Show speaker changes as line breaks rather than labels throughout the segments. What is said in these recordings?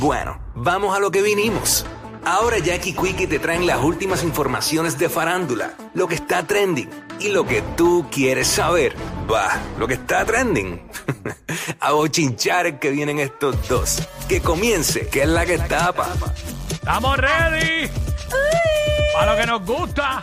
Bueno, vamos a lo que vinimos. Ahora Jackie Quickie te traen las últimas informaciones de farándula, lo que está trending y lo que tú quieres saber. Va, lo que está trending. a bochinchar que vienen estos dos. Que comience, que es la que tapa.
¡Estamos ready! Para lo que nos gusta.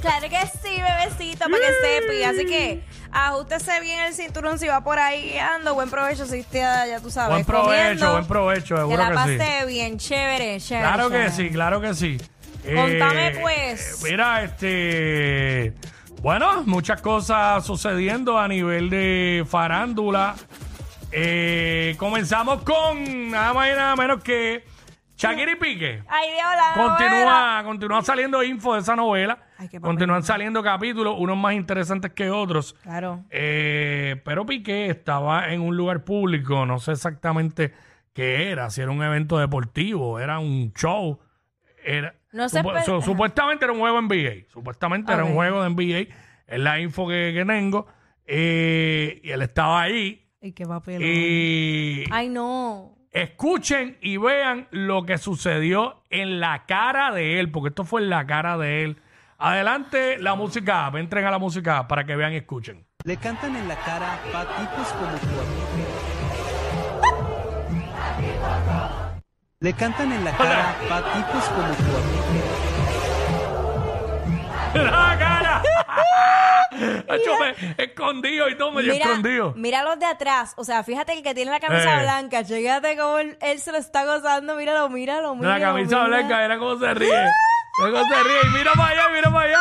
Claro que sí, bebecito, para que sepa. Así que ajustese bien el cinturón si va por ahí ando. Buen provecho si está, ya tú sabes.
Buen provecho,
comiendo.
buen provecho,
Que
seguro
la
que sí.
pase bien, chévere, chévere.
Claro que
chévere.
sí, claro que sí. Eh,
Contame, pues.
Mira, este. Bueno, muchas cosas sucediendo a nivel de farándula. Eh, comenzamos con nada más y nada menos que Shakira y Pique.
Ay, Dios, la novela.
Continúa, continúa saliendo info de esa novela.
Ah, Ay, qué papel.
Continúan saliendo capítulos, unos más interesantes que otros.
Claro.
Eh, pero Piqué estaba en un lugar público, no sé exactamente qué era, si era un evento deportivo, era un show. Era,
No se
supo-
pe-
su- supuestamente era un juego NBA, supuestamente era un
Ok.
juego de NBA, es la info que, que tengo. Eh, y él estaba ahí.
Ay, qué papel.
Y
Ay, no.
escuchen y vean lo que sucedió en la cara de él, porque esto fue en la cara de él. Adelante la música, app, entren a la música app para que vean y escuchen.
Le cantan en la cara a tipos como tu amigo. Le cantan en la cara a tipos como tu amigo.
¡La cara! Hacho, me- escondido y todo medio escondido.
mira los de atrás. O sea, fíjate el que tiene la camisa
Eh.
blanca. Fíjate cómo él, él se lo está gozando. Míralo, míralo, míralo.
La camisa
míralo.
blanca, era como se ríe. Era como se ríe. Y mira para allá, mira para allá.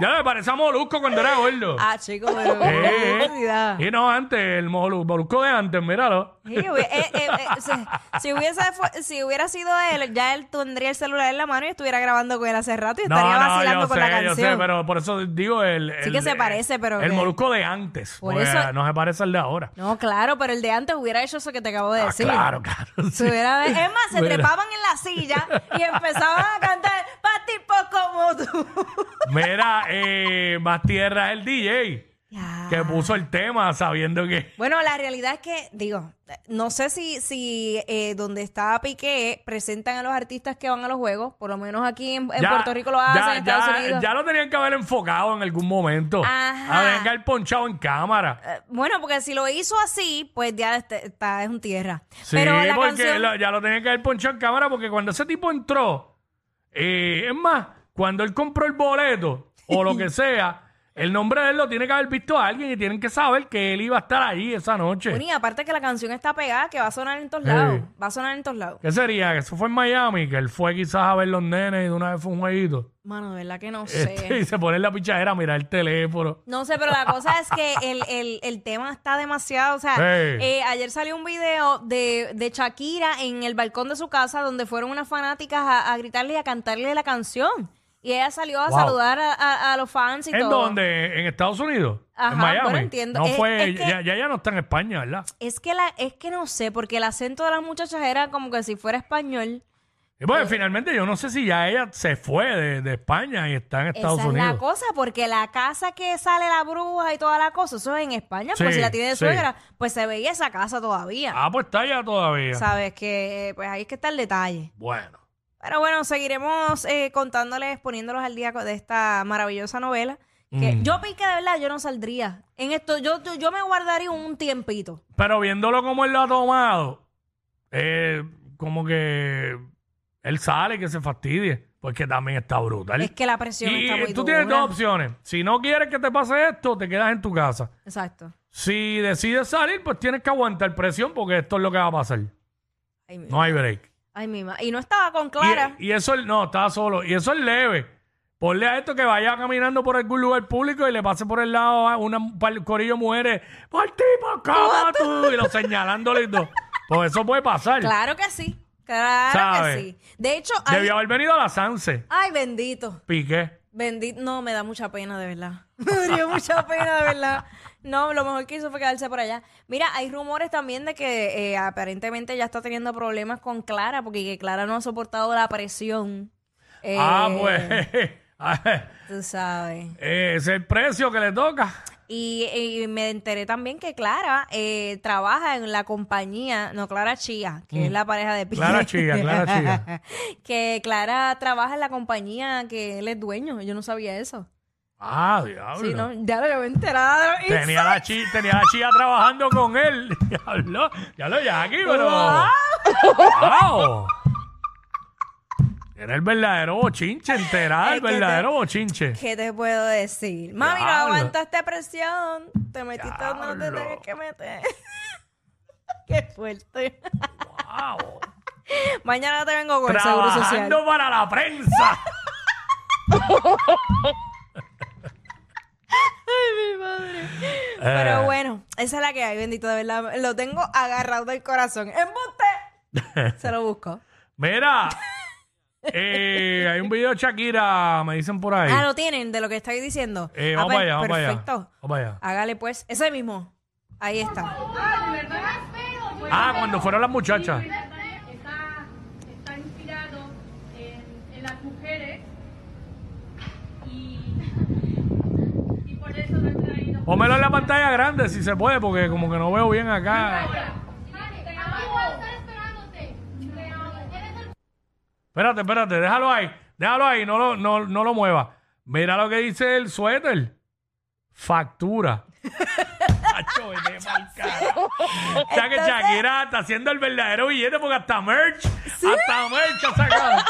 Ya me parece a Molusco cuando era gordo.
Ah, chico, pero. qué
Eh,
curiosidad.
Y no, antes, el Molu- Molusco de antes, míralo.
Sí, hubi- eh, eh, eh, si, si hubiese fu- si hubiera sido él, ya él tendría el celular en la mano y estuviera grabando con él hace rato y
No,
estaría
no,
vacilando
yo
con
sé,
la
yo
canción.
sé, pero por eso digo el...
Sí
el-
que se parece, pero
El
que-
Molusco de antes.
Por
Por eso...
eso-
No se parece al de ahora.
No, claro, pero el de antes hubiera hecho eso que te acabo de
Ah,
decir.
claro, claro.
Se
sí.
hubiera- es más, se
Mira.
trepaban en la silla y empezaban a cantar pa' tipo como tú.
Mira, eh, más tierra el DJ
Ya.
que puso el tema sabiendo que...
Bueno, la realidad es que, digo, no sé si, si eh, donde está Piqué presentan a los artistas que van a los juegos, por lo menos aquí en, en
Ya,
Puerto Rico lo hacen,
ya,
en Estados
ya,
Unidos.
Ya lo tenían que haber enfocado en algún momento.
Ajá.
A tenían que haber ponchado en cámara.
Eh, Bueno, porque si lo hizo así, pues ya este- está, es un tierra.
Sí,
Pero la
porque
canción...
lo- ya lo tenían que haber ponchado en cámara porque cuando ese tipo entró, eh, es más, cuando él compró el boleto o lo que sea, el nombre de él lo tiene que haber visto a alguien y tienen que saber que él iba a estar ahí esa noche.
Bueno, y aparte que la canción está pegada, que va a sonar en todos
Sí.
lados. Va a sonar en todos lados.
¿Qué sería? Que eso fue en Miami, que él fue quizás a ver los nenes y de una vez fue un jueguito.
Mano, de verdad que no
Este,
sé.
y se pone en la pichadera a mirar el teléfono.
No sé, pero la cosa es que el, el- el tema está demasiado. O sea,
Sí.
eh, ayer salió un video de, de Shakira en el balcón de su casa donde fueron unas fanáticas a, a gritarle y a cantarle la canción. Y ella salió a
Wow.
saludar a, a- a los fans y
¿En
todo.
dónde? ¿En Estados Unidos?
Ajá,
en Miami.
bueno, entiendo.
No
Es-
fue,
es que-
ya, ya, ya no está en España, ¿verdad?
Es que, la, es que no sé, porque el acento de las muchachas era como que si fuera español.
Y bueno, Eh, pues,
Eh,
finalmente yo no sé si ya ella se fue de, de España y está en Estados
Esa
Unidos.
es la cosa, porque la casa que sale la bruja y toda la cosa, eso es en España,
Sí,
porque si la tiene de
sí.
suegra, pues se veía esa casa todavía.
Ah, pues está allá todavía.
Sabes que, eh, pues ahí es que está el detalle.
Bueno.
Pero bueno, seguiremos eh, contándoles, poniéndolos al día co- de esta maravillosa novela. Que
Mm.
Yo pique de verdad, yo no saldría. En esto, yo, yo, yo me guardaría un tiempito.
Pero viéndolo como él lo ha tomado, eh, como que él sale que se fastidie, porque también está brutal.
Es que la presión
y eh,
está muy
tú tienes
dura.
dos opciones. Si no quieres que te pase esto, te quedas en tu casa.
Exacto.
Si decides salir, pues tienes que aguantar presión porque esto es lo que va a pasar.
Ay, mi,
No hay break.
ay, mi ma- Y no estaba con
Y-
Clara.
Y, eso es- no, estaba solo. Y eso es leve. Ponle a esto que vaya caminando por algún lugar público y le pase por el ah, lado a una, un par- corillo de mujeres. ¡Por ti, por cómo tú! Y lo señalándole y todo. Pues eso puede pasar.
Claro que sí. Claro
¿Sabe?
que sí. De hecho, hay-
Debió haber venido a la Sanse.
ay, bendito.
Piqué.
Bendito. No, me da mucha pena, de verdad. Me dio mucha pena, de verdad. No, lo mejor que hizo fue quedarse por allá. Mira, hay rumores también de que eh, aparentemente ya está teniendo problemas con Clara, porque que Clara no ha soportado la presión. Eh,
Ah, pues.
Tú sabes.
eh, ese es el precio que le toca.
Y, y me enteré también que Clara eh, trabaja en la compañía, no, Clara Chía, que es la pareja de Piqué.
Mm. Clara Chía, Clara Chía.
que Clara trabaja en la compañía que él es dueño. Yo no sabía eso.
Ah, diablo.
Sí, no, ya lo había enterado.
Tenía la, chi- tenía la chía trabajando con él. Diablo, ya lo ya aquí, pero. ¡Wow! Era el verdadero bochinche, entera, el
Es que te-
verdadero bochinche.
¿Qué te puedo decir? Mami, no
Diablo.
aguantaste presión. Te metiste donde no te
Diablo.
tenías que meter. Qué fuerte.
¡Wow!
Mañana te vengo con el seguro social.
Trabajando para la prensa. Eh.
Pero bueno, esa es la que hay, bendito, de verdad. Lo tengo agarrado del corazón. ¡Embuste! Se lo busco.
Mira, eh, hay un video de Shakira, me dicen por ahí.
Ah, lo tienen de lo que estoy diciendo.
Eh,
Ah,
vamos
per-
para allá, vamos para allá.
Perfecto.
Vamos para allá.
Hágale pues. Ese mismo. Ahí está.
Ah, cuando fueron las muchachas.
está, está inspirado en, en las mujeres y, y por eso lo he traído.
Pónmelo en la pantalla grande si se puede, porque como que no veo bien acá.
Te amo. voy a estar esperándote. Te amo. Eres el
Espérate, espérate, déjalo ahí. Déjalo ahí, no lo, no, no lo mueva. Mira lo que dice el suéter. Factura. Chacho, vete pa'l carajo. O sea que
Entonces-
Shakira está haciendo el verdadero billete porque hasta merch, hasta merch ha sacado.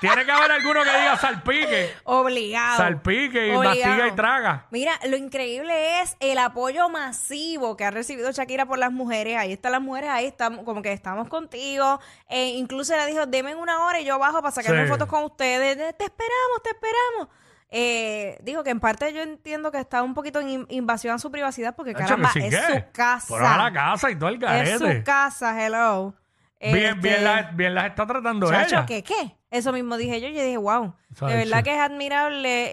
Tiene que haber alguno que diga salpique.
Obligado.
Salpique y mastiga y traga.
Mira, lo increíble es el apoyo masivo que ha recibido Shakira por las mujeres. Ahí están las mujeres, ahí estamos, como que estamos contigo. Eh, incluso le dijo, deme una hora y yo bajo para sacarme
Sí.
fotos con ustedes. De- Te esperamos, te esperamos. Eh, digo que en parte yo entiendo que está un poquito en in- invasión a su privacidad porque
Chacho,
caramba,
que sí,
es
¿qué?
su casa.
Fueron a la casa y todo el
es
garete.
su casa, hello.
Bien,
Este-
bien las bien las está tratando
Chacho,
ella.
¿qué, qué? Eso mismo dije yo. Yo dije, wow.
Chacho.
De verdad que es admirable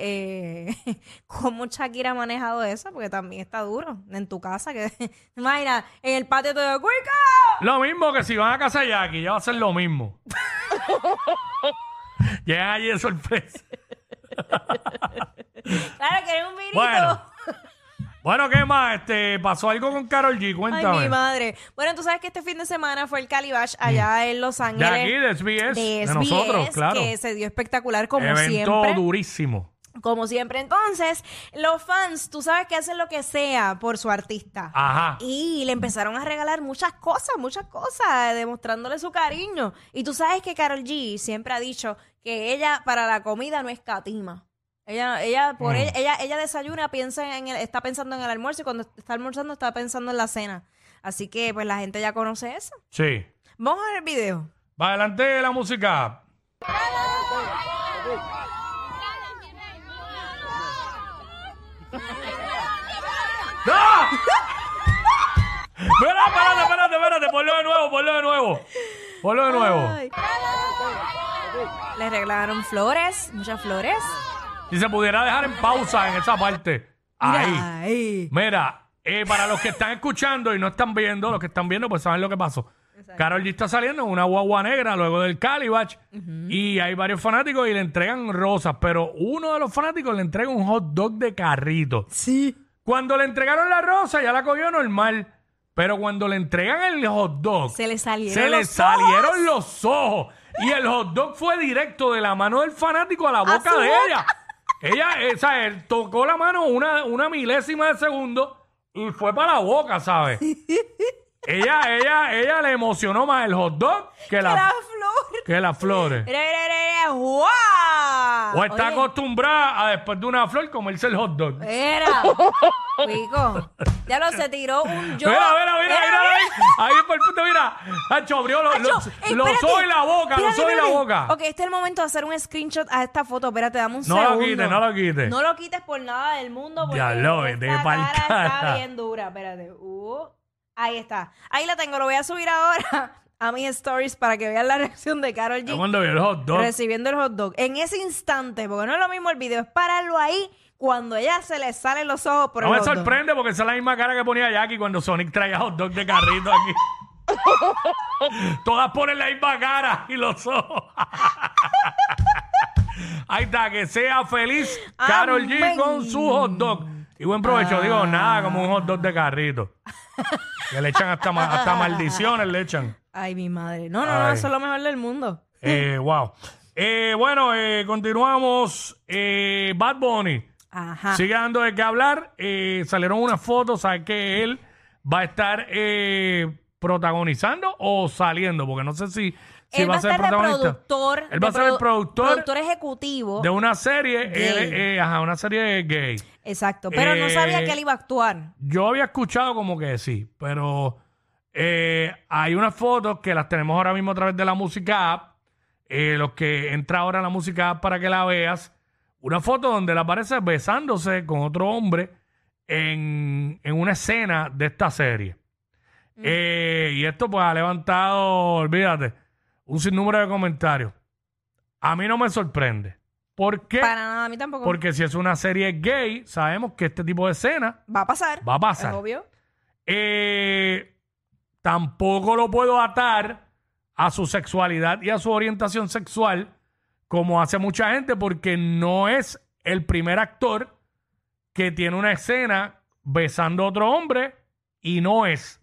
eh, cómo Shakira ha manejado eso, porque también está duro en tu casa. que Imagina, en el patio todo, ¡Cuico!
Lo mismo que si van a casa de Jackie, ya va a ser lo mismo. Llegan allí de sorpresa.
Claro, que eres un virito.
Bueno. Bueno, ¿qué más? Este, pasó algo con Carol G,
Ay,
cuéntame.
mi madre. Bueno, tú sabes que este fin de semana fue el Calibash allá en Los
de
Ángeles.
aquí, de SBS, de,
SBS,
nosotros, claro.
que se dio espectacular como
Evento
siempre.
durísimo.
Como siempre. Entonces, los fans, tú sabes que hacen lo que sea por su artista.
Ajá.
Y le empezaron a regalar muchas cosas, muchas cosas, demostrándole su cariño. Y tú sabes que Carol G siempre ha dicho que ella para la comida no escatima. Ella, ella, por
Mm.
ella, ella, ella desayuna, piensa en el- está pensando en el almuerzo y cuando está almorzando está pensando en la cena. Así que pues la gente ya conoce eso.
Sí.
Vamos a ver el video.
Va adelante la música. ¡Ah! Espera, espérate, espérate, espérate. Ponlo de nuevo, ponlo de nuevo. Ponlo de nuevo.
Ay. Le regalaron flores, muchas flores.
Si se pudiera dejar en pausa en esa parte.
Mira,
Ahí.
ahí.
Mira, eh, para los que están escuchando y no están viendo, los que están viendo, pues saben lo que pasó. Carol G está saliendo en una guagua negra luego del Calibach y hay varios fanáticos y le entregan rosas, pero uno de los fanáticos le entrega un hot dog de carrito.
Sí.
Cuando le entregaron la rosa ya la cogió normal, pero cuando le entregan el hot dog
Se le salieron
se le
los ojos.
salieron los ojos y el hot dog fue directo de la mano del fanático a la boca
su
de
boca.
ella. Ella, eh, o sea, él tocó la mano una, una milésima de segundo y fue para la boca, ¿sabes? ella, ella, ella le emocionó más el hot dog que,
Era
la,
flor.
que las flores.
Mira, mira, mira, mira. ¡Guau!
O está
Oye, Eh,
acostumbrada a después de una flor comerse el hot dog.
Mira, pico. Ya lo se tiró un yo.
mira, mira, mira, mira, ahí, ahí por el punto, mira. Hacho, abrió los,
Acho,
los,
eh,
los
espérate.
ojos y la boca, los
Espérate,
ojos y la
espérate.
boca.
Ok, este es el momento de hacer un screenshot a esta foto. Espérate, dame un
No lo
segundo.
quites, no lo quites.
No lo quites por nada del mundo. Porque
Diablo,
esta
vete pa'l
cara
cara.
está bien dura. Espérate. Uh, Ahí está. Ahí la tengo. Lo voy a subir ahora a mis stories para que vean la reacción de Carol
Ya
G.
cuando vio el hot dog.
Recibiendo el hot dog. En ese instante, porque no es lo mismo el video, es pararlo ahí cuando ella se le salen los ojos por
No
el
me
hot dog.
sorprende porque esa es la misma cara que ponía Jackie cuando Sonic traía hot dog de carrito aquí. Todas ponen la misma cara y los ojos. Ahí está, que sea feliz Carol G
Amén.
con su hot dog. Y buen provecho,
Ah.
digo, nada como un hot dog de carrito. Que le echan hasta, ma- hasta maldiciones, le echan.
Ay, mi madre. No, no, no,
Ay.
eso es lo mejor del mundo.
Eh, wow. Eh, bueno, eh, continuamos. Eh, Bad Bunny.
Ajá.
Sigue dando de qué hablar. Eh, salieron unas fotos. ¿Sabes que él va a estar eh, protagonizando o saliendo? Porque no sé si, si
él va a
ser
estar de
protagonista.
productor.
Él va a
de
ser el
produ-
productor,
Productor ejecutivo.
de una serie.
Gay.
él, eh, ajá, una serie gay.
Exacto. Pero no
Eh,
sabía que él iba a actuar.
Yo había escuchado como que sí, pero eh, hay unas fotos que las tenemos ahora mismo a través de la música app. Eh, los que entra ahora a la música app para que la veas. Una foto donde él aparece besándose con otro hombre en, en una escena de esta serie.
Mm.
Eh, y esto pues ha levantado, olvídate, un sinnúmero de comentarios. A mí no me sorprende. ¿Por qué?
Para nada, a mí tampoco.
Porque si es una serie gay, sabemos que este tipo de escenas
va a pasar.
Va a pasar.
Es obvio.
eh, tampoco lo puedo atar a su sexualidad y a su orientación sexual, como hace mucha gente, porque no es el primer actor que tiene una escena besando a otro hombre y no es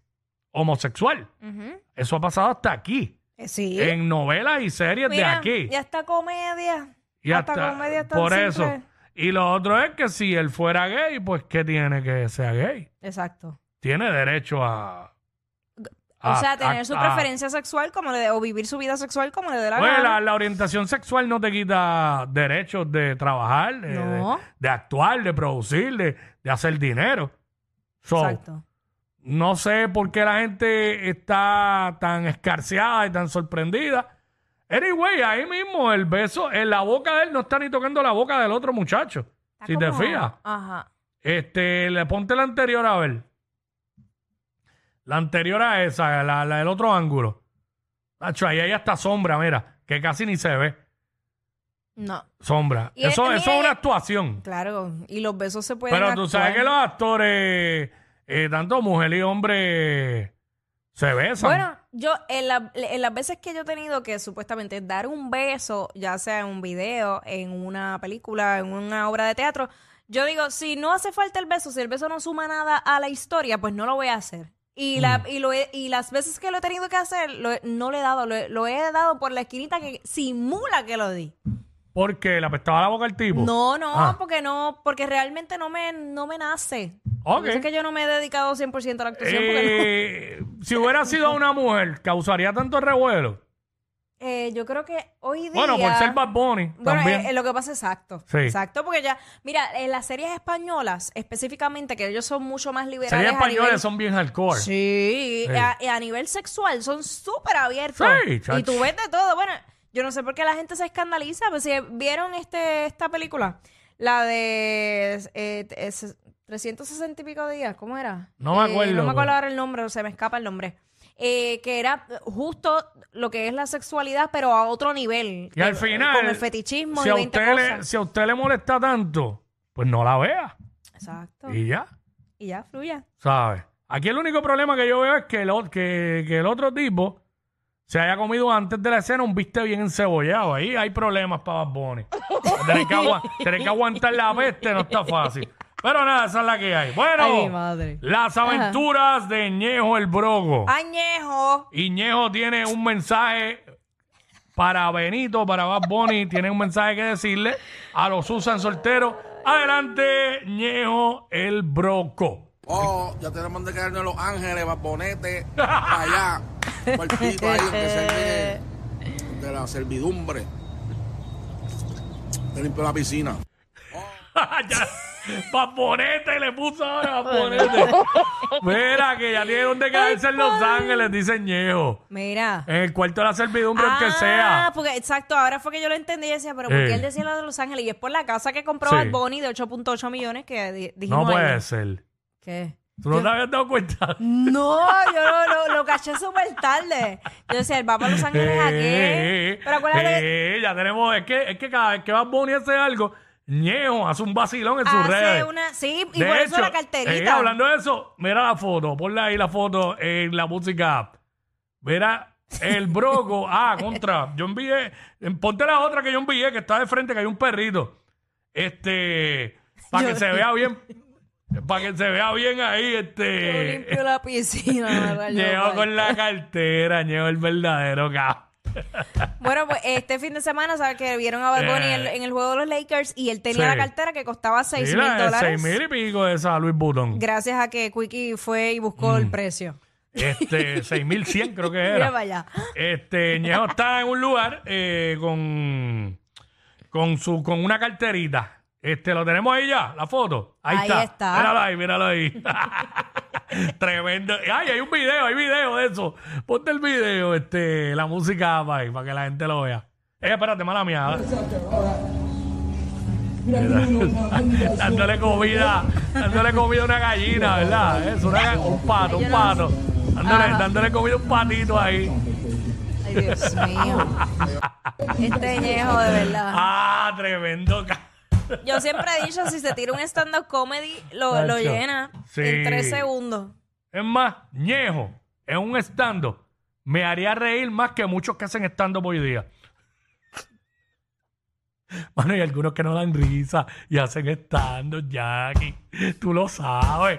homosexual.
Ujú.
Eso ha pasado hasta aquí,
Eh, sí.
en novelas y series de
Mira,
aquí.
Ya está comedia.
Y
hasta
hasta-
comedia es tan
por
simple.
eso. Y lo otro es que si él fuera gay, pues ¿qué tiene que sea gay?
Exacto.
Tiene derecho a...
O
a-
sea, tener su
a- a-
preferencia sexual como le dé, o vivir su vida sexual como le dé la
Oye,
gana.
la, la orientación sexual no te quita derechos de trabajar, de,
No.
de- de actuar, de producir, de, de hacer dinero. So,
Exacto.
No sé por qué la gente está tan escarceada y tan sorprendida. Anyway, ahí mismo el beso en la boca de él no está ni tocando la boca del otro muchacho.
Está
si
como-
te fijas.
Ajá.
Este, le ponte la anterior a ver. La anterior a esa, la, la del otro ángulo. Nacho, ahí hay hasta sombra, mira, que casi ni se ve.
No.
Sombra.
Y
eso
el-
eso
mira,
es una
y-
actuación.
Claro. Y los besos se pueden.
Pero tú sabes
actuar.
que los actores, eh, tanto mujer y hombre, se besan.
Bueno, yo en, la- en las veces que yo he tenido que supuestamente dar un beso, ya sea en un video, en una película, en una obra de teatro, yo digo, si no hace falta el beso, si el beso no suma nada a la historia, pues no lo voy a hacer.
Mm.
Y, la, y, lo he- y las veces que lo he tenido que hacer, lo he- no le he dado, lo, he- lo he dado por la esquinita que simula que lo di.
Porque le apestaba la boca al tipo.
No, no,
Ah.
porque no, porque realmente no me, no me nace.
Ok.
Por eso Es que yo no me he dedicado 100% a la actuación. porque no-
Eh, si hubiera sido una mujer, causaría tanto revuelo.
Eh, yo creo que hoy día...
Bueno, por ser Bad Bunny.
Bueno,
también.
eh, eh, lo que pasa es exacto.
Sí.
Exacto, porque ya, mira, en las series españolas específicamente, que ellos son mucho más liberales.
Series
a
españoles
nivel-
son bien hardcore.
Sí,
Sí.
y A, y a nivel sexual son súper abiertos.
Sí,
y tú
chacho.
ves de todo. Bueno, yo no sé por qué la gente se escandaliza, pero si vieron este esta película, la de eh, es- 360 y pico días, ¿cómo era?
No me
Eh,
acuerdo,
no me
pero-
acuerdo ahora el nombre, se me escapa el nombre. Eh, que era justo lo que es la sexualidad, pero a otro nivel.
Y al
Eh,
final,
Con el fetichismo
si
y
a
20
usted le,
cosas.
si a usted le molesta tanto, pues no la vea.
Exacto.
Y ya,
Y ya fluya.
¿sabes? Aquí el único problema que yo veo es que el, ot- que, que el otro tipo se haya comido antes de la escena un viste bien encebollado. Ahí hay problemas para Bad Bunny. Tener que, agua- tener que aguantar la peste no está fácil. Pero nada, esa es la que hay. Bueno,
Ay, mi madre.
las aventuras de Ñejo el Brogo.
Añejo.
Iñejo tiene un mensaje para Benito, para Bad Bunny, tiene un mensaje que decirle a los Susan solteros. Adelante, Ñejo el Broco.
Oh, ya tenemos que quedarnos en Los Ángeles, Barbonete, para allá, cuartito ahí, aunque sea de, de la servidumbre. Te limpio la piscina.
ya, Bad Bonete le puso ahora Bad Bonete. Mira, que ya tiene donde quedarse en Los Ángeles, dice Ñejo.
Mira.
En el cuarto de la servidumbre,
Ah,
aunque sea.
porque exacto, ahora fue que yo lo entendí y decía, pero ¿por
Eh.
qué él decía lo de Los Ángeles? Y es por la casa que compró
Sí.
Bad Bunny de 8.8 millones que di- dijimos.
No pues. puede
ayer.
ser.
¿Qué?
Tú no te habías dado cuenta.
No, yo lo, lo, lo caché súper tarde. Yo decía, el va para Los Ángeles a qué.
Eh,
Pero acuérdate que
eh, ya tenemos, es que, es que cada vez que Bad Bunny hace algo, ñejo, hace un vacilón en sus
Hace
redes.
una- sí, y por eso la carterita.
eh, hablando de eso, mira la foto, ponle ahí la foto en la música app. Mira el broco, ah, contra. Yo envié, ponte la otra que yo envié, que está de frente, que hay un perrito. Este, para que se vea bien, para que se vea bien ahí,
yo
este.
limpio la piscina. me pues. rayó,
Llegó
vaya.
con la cartera, llegó el verdadero cabrón.
Bueno, pues este fin de semana, ¿sabes que vieron a Bad Bunny en,
Eh.
en el juego de los Lakers y él tenía
Sí.
la cartera que costaba 6 mil
Mira, eh, seis
dólares?
mil y pico de esa Luis Button.
Gracias a que Quickie fue y buscó
Mm.
el precio.
Este, 6100 creo que
Mira para
era.
allá.
Este, Ñejo está en un lugar eh, con, con, su, con una carterita. Este, lo tenemos ahí ya, la foto. Ahí,
Ahí
está.
está.
Míralo ahí, míralo ahí. Tremendo. Ay, hay un video, hay video de eso. Ponte el video, este, la música para ahí, para que la gente lo vea. Eh, espérate, mala mía. dándole comida, dándole comida a una gallina, ¿verdad? Es una ga- un pato, un pato. Dándole, dándole comida a un patito ahí.
Ay, Dios mío. Este ñejo, de verdad.
Ah, tremendo. ca-
Yo siempre he dicho, si se tira un stand-up comedy, lo, lo
Nacho.
llena
Sí.
en tres segundos.
Es más, Ñejo, es un estando. Me haría reír más que muchos que hacen estando hoy día. Bueno, y algunos que no dan risa y hacen estando, Jackie. Tú lo sabes.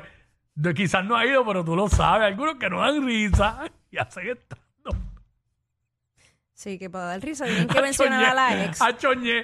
De- quizás no ha ido, pero tú lo sabes. Algunos que no dan risa y hacen estando.
Sí, que para dar risa tienen que mencionar a la ex.
A Choñé.